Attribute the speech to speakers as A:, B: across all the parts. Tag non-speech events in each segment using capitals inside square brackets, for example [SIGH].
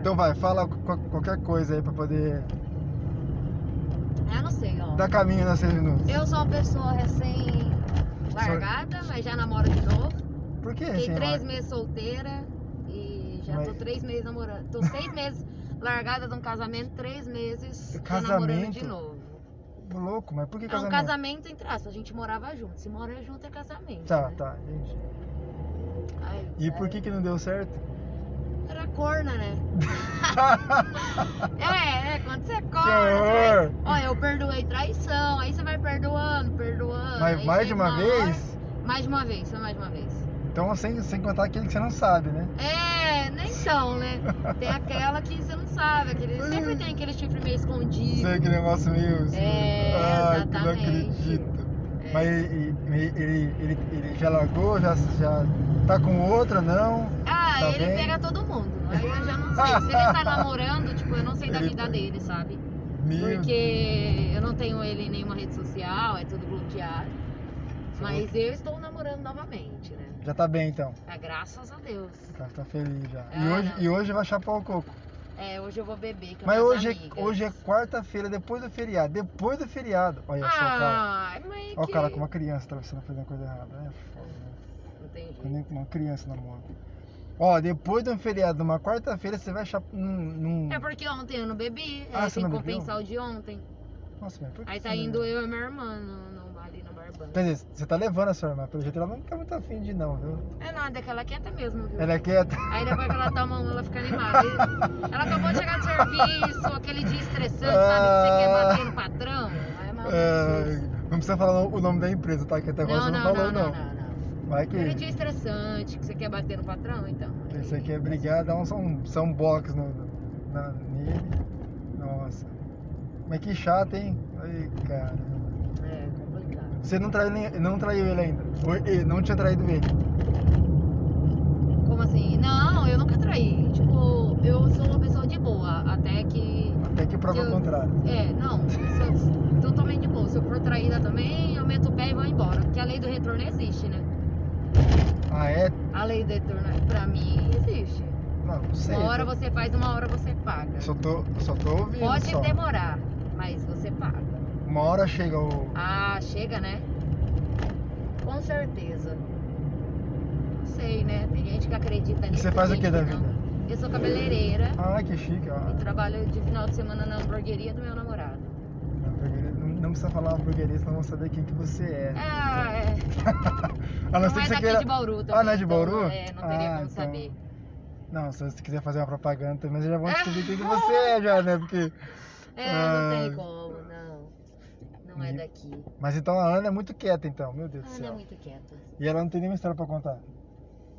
A: Então vai, fala qual- qualquer coisa aí pra poder
B: Eu não sei, ó.
A: dar caminho nas seis minutos.
B: Eu sou uma pessoa recém largada, mas já namoro de novo.
A: Por que assim,
B: Fiquei
A: recém
B: três
A: larga?
B: meses solteira e já tô
A: É, Mas-
B: três meses namorando. Tô seis meses largada de um casamento, três meses já namorando de
A: É Casamento?
B: novo.
A: Louco, mas por que
B: É um
A: casamento?
B: casamento entre aspas, a gente morava junto. Se mora junto é casamento.
A: Tá,
B: né?
A: tá, entendi.
B: Aí,
A: E
B: é,
A: por que que não deu
B: [LAUGHS]
A: certo?
B: Era corna, né? é, é, quando você corna.
A: Ah. horror!
B: Você vai... Olha, eu perdoei traição, aí você vai perdoando, perdoando.
A: Mas
B: aí
A: mais de
B: chega
A: uma
B: hora-
A: vez?
B: Mais de uma vez, foi mais de uma vez.
A: Então sem, sem contar aquele que você não sabe, né?
B: É, nem são, né? Tem aquela que você não sabe, aquele... sempre tem aquele chifre meio escondido.
A: Uhum. Sei aquele negócio meio.
B: É,
A: Ai, que não
B: exatamente.
A: acredito.
B: É.
A: Mas ele, ele, ele, ele- ele já largou, já, já tá com outra, não?
B: Ah,
A: Tá
B: ele
A: bem?
B: pega todo mundo. Aí eu já não sei. Se
A: [LAUGHS]
B: ele tá namorando, tipo, eu não sei da
A: Ele- tá-
B: vida dele, sabe?
A: Meu
B: Porque eu não tenho ele em nenhuma rede social, é tudo bloqueado. Mas eu estou namorando novamente, né?
A: Já tá bem então.
B: Ah, graças a Deus.
A: Tá, tá feliz já.
B: É,
A: E, hoje,
B: não.
A: e hoje vai chapar o coco.
B: É, hoje eu vou beber com
A: Mas
B: minhas
A: hoje, é-
B: amigas.
A: hoje é quarta-feira, depois do feriado. Depois do feriado. Olha só o cara.
B: Ah, mas
A: Olha o
B: que...
A: cara é com uma criança tá atravessando fazendo coisa errada. É foda. né?
B: Não tem jeito.
A: Quando é uma criança namora. Ó, depois de um feriado, numa quarta-feira, você vai chapar. Num, num...
B: É porque ontem eu não bebi,
A: Ah,
B: aí
A: você
B: tem que
A: não bebeu?
B: compensar o de ontem.
A: Nossa, velho, por que
B: Aí
A: você
B: tá
A: não-
B: indo eu e minha irmã no, no, ali no barbando.
A: Quer dizer, você tá levando a sua irmã, pelo jeito ela não tá muito afim de ir, não, viu?
B: É nada, que ela é quieta mesmo, viu?
A: Ela é quieta.
B: Aí depois que ela toma uma, ela fica animada. Aí Ela acabou de chegar do serviço, aquele dia estressante, sabe? Que você quer bater no patrão.
A: [LAUGHS]
B: Aí é mal
A: É, não precisa falar o nome da empresa, tá? Que até agora você não, falou, não. Vai que
B: Aquele dia estressante, que você quer bater no patrão, então.
A: que você quer brigar, dá um são, são box no, no- na, nele. Nossa. Mas que chato, hein? Ai, cara.
B: É complicado.
A: Você não traiu, nem- não traiu ele ainda. Ou ele não tinha traído ele.
B: Como assim? Não, eu nunca traí. Tipo, eu sou uma pessoa de boa, até que.
A: Até que prova
B: Eu-
A: o contrário.
B: É, não, eu sou totalmente de boa. Se eu for traída também, eu meto o pé e vou embora. Porque a lei do retorno existe, né?
A: Ah, é?
B: A lei do retorno, pra mim, existe.
A: Não, não sei.
B: Uma hora
A: eu
B: você faz, uma hora você paga.
A: tô- então. Só tô, eu só tô ouvindo.
B: Pode
A: só.
B: demorar, mas você paga.
A: Uma hora chega o.
B: Ah, chega, né? Com certeza. Não sei, né? Tem gente que acredita nisso.
A: você faz
B: tem
A: o que
B: gente
A: da
B: não. Eu sou cabeleireira
A: Ah, que chique. Ah,
B: e trabalho de final de semana na hamburgueria do meu namorado.
A: hamburgueria- Não, não precisa falar hamburgueria, senão vão saber quem que você é.
B: Ah, é.
A: [LAUGHS] A
B: Não
A: ser Ah,
B: é
A: que você
B: daqui
A: queira-
B: de Bauru também.
A: Ah, não é de
B: então,
A: Bauru?
B: é, não teria
A: Ah,
B: como
A: então.
B: saber.
A: Não, se você quiser fazer uma propaganda também, já vão descobrir quem que
B: Ah!
A: você é já, né? Porque...
B: É, não
A: Ah.
B: tem como, não. Não é
A: Ni-
B: daqui.
A: Mas então a Ana é muito quieta, então, meu Deus do
B: Ah,
A: céu.
B: não é muito
A: [LAUGHS]
B: quieta.
A: E ela não tem nenhuma história pra contar.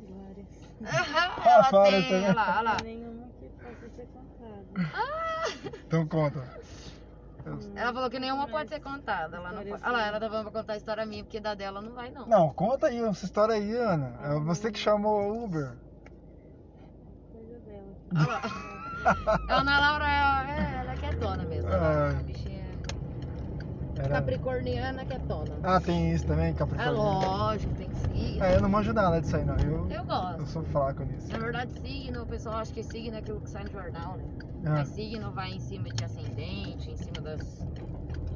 B: Ah, ela
A: Ah, Fala
B: tem,
A: também.
B: olha lá, olha lá.
C: Nenhuma que possa ser contada.
A: Então conta.
B: Ela falou que nenhuma pode ser contada. Ela não pode... Olha lá, ela tá falando pra contar a história minha, porque da dela não vai, não.
A: Não, conta aí essa história aí, Ana. É você que chamou o Uber.
C: Coisa dela.
B: Olha
A: [LAUGHS]
B: lá. A Ana Laura, ela, é, ela é quietona mesmo. Ela,
A: Ai.
B: a bichinha
A: Ah. Era...
B: capricorniana quietona.
A: Ah, tem isso também,
B: É
A: Capricórnio.
B: lógico, tem signo.
A: Ah, eu não manjo nada disso aí, não. Eu,
B: Eu
A: eu
B: gosto.
A: sou fraco nisso.
B: Na verdade, signo, o pessoal acha que signo é aquilo que sai no jornal, né?
A: Ah.
B: Mas signo vai em cima de ascendente, em cima das,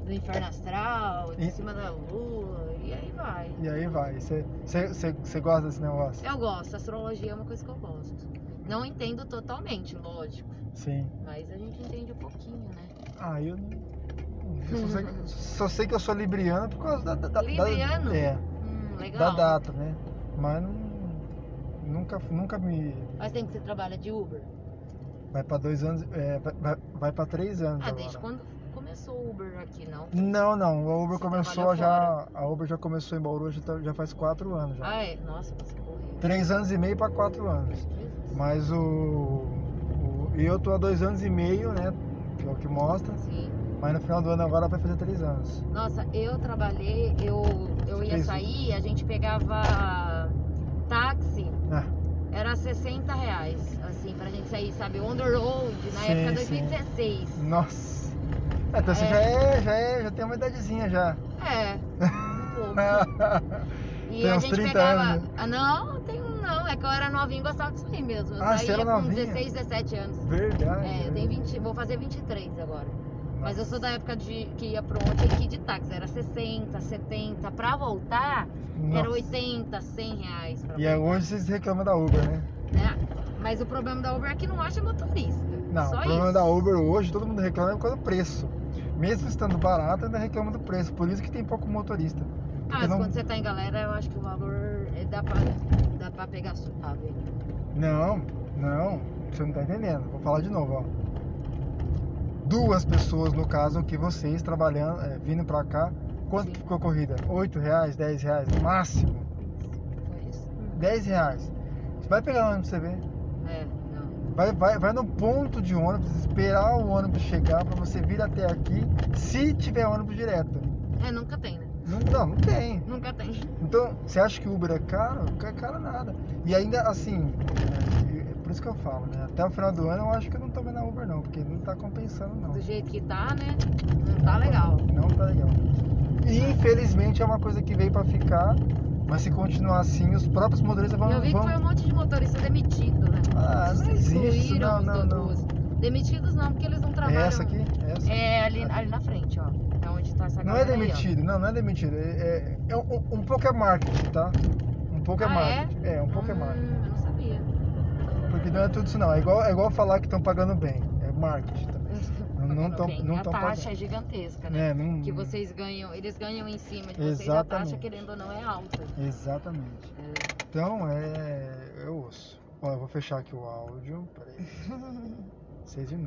B: do inferno astral, em
A: E-
B: cima da lua, e aí vai.
A: E aí vai. Você- Você você- você gosta desse negócio?
B: Eu gosto, astrologia é uma coisa que eu gosto. Não entendo totalmente, lógico,
A: Sim.
B: mas a gente entende um pouquinho, né?
A: Ah, eu não. Eu só, sei, só sei que eu sou libriano por causa da. da, da
B: Libriano?
A: Da, é,
B: Hum,
A: da
B: legal.
A: data, né? Mas não, nunca, nunca me.
B: Mas tem que você trabalha de Uber.
A: Vai pra dois anos. É, vai, vai- vai pra três anos.
B: Ah,
A: agora.
B: desde quando começou o Uber aqui, não?
A: Não, não. A Uber
B: Você
A: começou
B: trabalhou
A: já. A Uber já começou em Bauru já, tá- já faz quatro anos já.
B: Ah, é? Nossa, você correu. é
A: Três anos e meio pra quatro anos.
B: Jesus.
A: Mas o. o- e eu tô há dois anos e meio, né? Que é o que mostra.
B: Sim.
A: Mas no final do ano agora vai fazer três anos.
B: Nossa, eu trabalhei, eu, eu ia
A: Fez o-
B: sair, a gente pegava táxi,
A: Ah.
B: era 60 reais, assim, pra gente sair, sabe? On the road, na
A: Sim,
B: época
A: sim.
B: 2016.
A: Nossa. É, Então você
B: É.
A: já é, já é, já tem uma idadezinha já.
B: É, um pouco. E
A: Tem
B: a
A: uns
B: gente
A: 30
B: pegava.
A: anos, né?
B: Ah, não, tem um não. É é que eu era novinha e gostava disso aí mesmo. Eu
A: Ah, você
B: saía
A: era
B: com
A: novinha?
B: 16, 17 anos.
A: [LAUGHS] Verdade.
B: É, eu tenho 20, vou fazer 23 agora. Mas eu sou da época de que ia pro ontem aqui de táxi. Era 60, 70. Pra voltar, era
A: Nossa.
B: 80, 100 reais. Pra
A: E é
B: voltar.
A: hoje vocês reclamam da Uber, né?
B: É, Mas o problema da Uber é que não acha motorista.
A: Não,
B: Só
A: o problema
B: isso.
A: da Uber hoje, todo mundo reclama é por causa do preço. Mesmo estando barato, ainda reclama do preço. Por isso que tem pouco motorista.
B: Ah,
A: é porque
B: mas
A: não-
B: quando você tá em galera, eu acho que o valor é, dá, pra, dá pra pegar ah, suave.
A: Não, não, você não tá entendendo. Vou falar de novo, ó. Duas pessoas, no caso, que vocês trabalhando, é, vindo pra cá, quanto
B: Sim.
A: que ficou a corrida? 8 reais, 10 reais, no máximo?
B: Foi isso.
A: 10 reais. Você vai pegar ônibus pra você ver.
B: É, não.
A: Vai, vai, vai no ponto de ônibus, esperar o ônibus chegar pra você vir até aqui, se tiver ônibus direto.
B: É, nunca tem, né?
A: Não, não, não tem.
B: Nunca tem.
A: Então, você acha que o Uber é caro? Não é caro nada. E ainda assim, né, é por isso que eu falo, né? Até o final do ano eu acho que eu não tô vendo a Uber não, porque não tá compensando não.
B: Do jeito que tá, né? Não tá legal.
A: Não tá legal. E infelizmente é uma coisa que veio pra ficar, mas se continuar assim, os próprios motoristas vão.
B: Eu vi que
A: vão-
B: foi um monte de motorista demitido, né?
A: Ah, não existe. isso,
B: Excluíram
A: Não,
B: os
A: não, não.
B: dos- Demitidos não, porque eles não
A: É
B: trabalham.
A: essa aqui? É Essa.
B: É, ali, ali na frente, ó. É onde tá essa
A: Não é
B: galera aí, ó.
A: demitido, não, não é demitido. É, é- é um, um pouco é marketing, tá? Um pouco é
B: Ah, é?
A: marketing. É, um pouco é
B: Hum,
A: marketing.
B: Eu não sabia.
A: Porque não é tudo isso não. É igual, é igual falar que estão pagando bem. É marketing também. Não- Não
B: Pagando
A: estão
B: bem.
A: não
B: a
A: tão
B: taxa é
A: pagando.
B: gigantesca, né?
A: É, não,
B: Que vocês ganham, eles ganham em cima de vocês, a taxa,
A: Exatamente.
B: querendo ou não, é alta.
A: Exatamente. Então
B: [LAUGHS]
A: é. Eu ouço. Ó, eu vou fechar aqui o áudio. Peraí. Seis minutos.